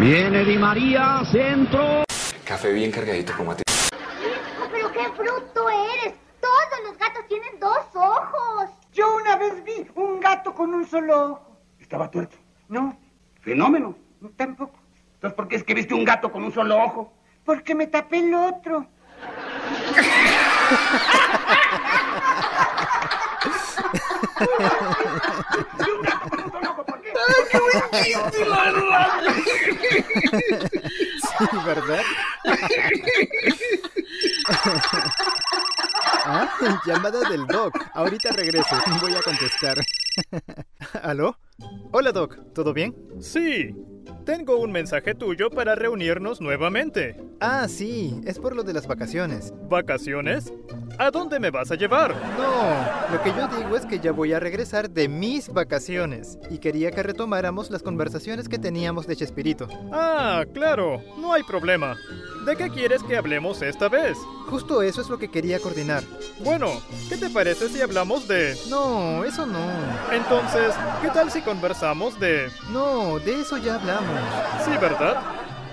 Viene Di María, centro. Café bien cargadito como a ti. ¡Ah, pero qué bruto eres! Todos los gatos tienen dos ojos. Yo una vez vi un gato con un solo ojo. Estaba tuerto. No, Fenómeno. tampoco. Entonces, ¿por qué es que viste un gato con un solo ojo? Porque me tapé el otro. Un gato con un solo ojo, ¿por qué? Sí, ¿verdad? Ah, llamada del Doc. Ahorita regreso, voy a contestar. ¿Aló? Hola Doc, ¿todo bien? Sí, tengo un mensaje tuyo para reunirnos nuevamente. Ah, sí, es por lo de las vacaciones. ¿Vacaciones? ¿A dónde me vas a llevar? No, lo que yo digo es que ya voy a regresar de mis vacaciones y quería que retomáramos las conversaciones que teníamos de Chespirito. Ah, claro, no hay problema. ¿De qué quieres que hablemos esta vez? Justo eso es lo que quería coordinar. Bueno, ¿qué te parece si hablamos de... No, eso no. Entonces, ¿qué tal si conversamos de... No, de eso ya hablamos. Sí, ¿verdad?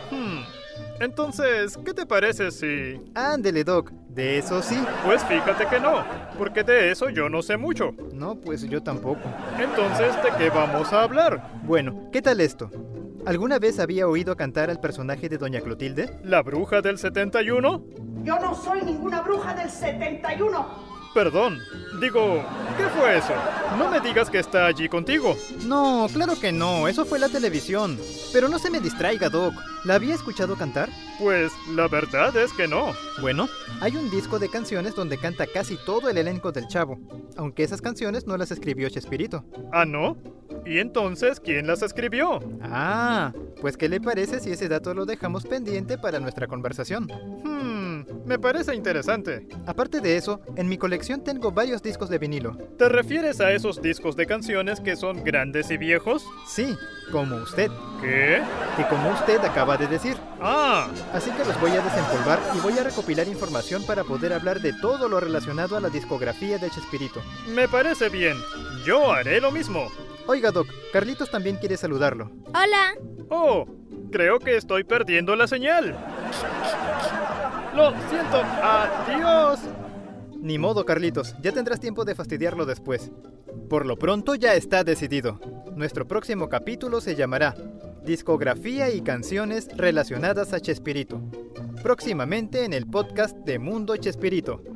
Hmm. Entonces, ¿qué te parece si... Ándele, Doc, de eso sí. Pues fíjate que no, porque de eso yo no sé mucho. No, pues yo tampoco. Entonces, ¿de qué vamos a hablar? Bueno, ¿qué tal esto? ¿Alguna vez había oído cantar al personaje de Doña Clotilde? ¿La bruja del 71? Yo no soy ninguna bruja del 71. Perdón, digo, ¿qué fue eso? No me digas que está allí contigo. No, claro que no, eso fue la televisión. Pero no se me distraiga, Doc. ¿La había escuchado cantar? Pues la verdad es que no. Bueno, hay un disco de canciones donde canta casi todo el elenco del Chavo, aunque esas canciones no las escribió Chespirito. ¿Ah, no? ¿Y entonces quién las escribió? Ah, pues ¿qué le parece si ese dato lo dejamos pendiente para nuestra conversación? Hmm, me parece interesante. Aparte de eso, en mi colección tengo varios discos de vinilo. ¿Te refieres a esos discos de canciones que son grandes y viejos? Sí, como usted, ¿Qué? que como usted acaba de decir. Ah, Así que los voy a desempolvar y voy a recopilar información para poder hablar de todo lo relacionado a la discografía de Chespirito. me parece bien. Yo haré lo mismo. Oiga, Doc, Carlitos también quiere saludarlo. Hola. Oh, creo que estoy perdiendo la señal. Lo siento, adiós. Ni modo, Carlitos, ya tendrás tiempo de fastidiarlo después. Por lo pronto ya está decidido. Nuestro próximo capítulo se llamará Discografía y canciones relacionadas a Chespirito. Próximamente en el podcast de Mundo Chespirito.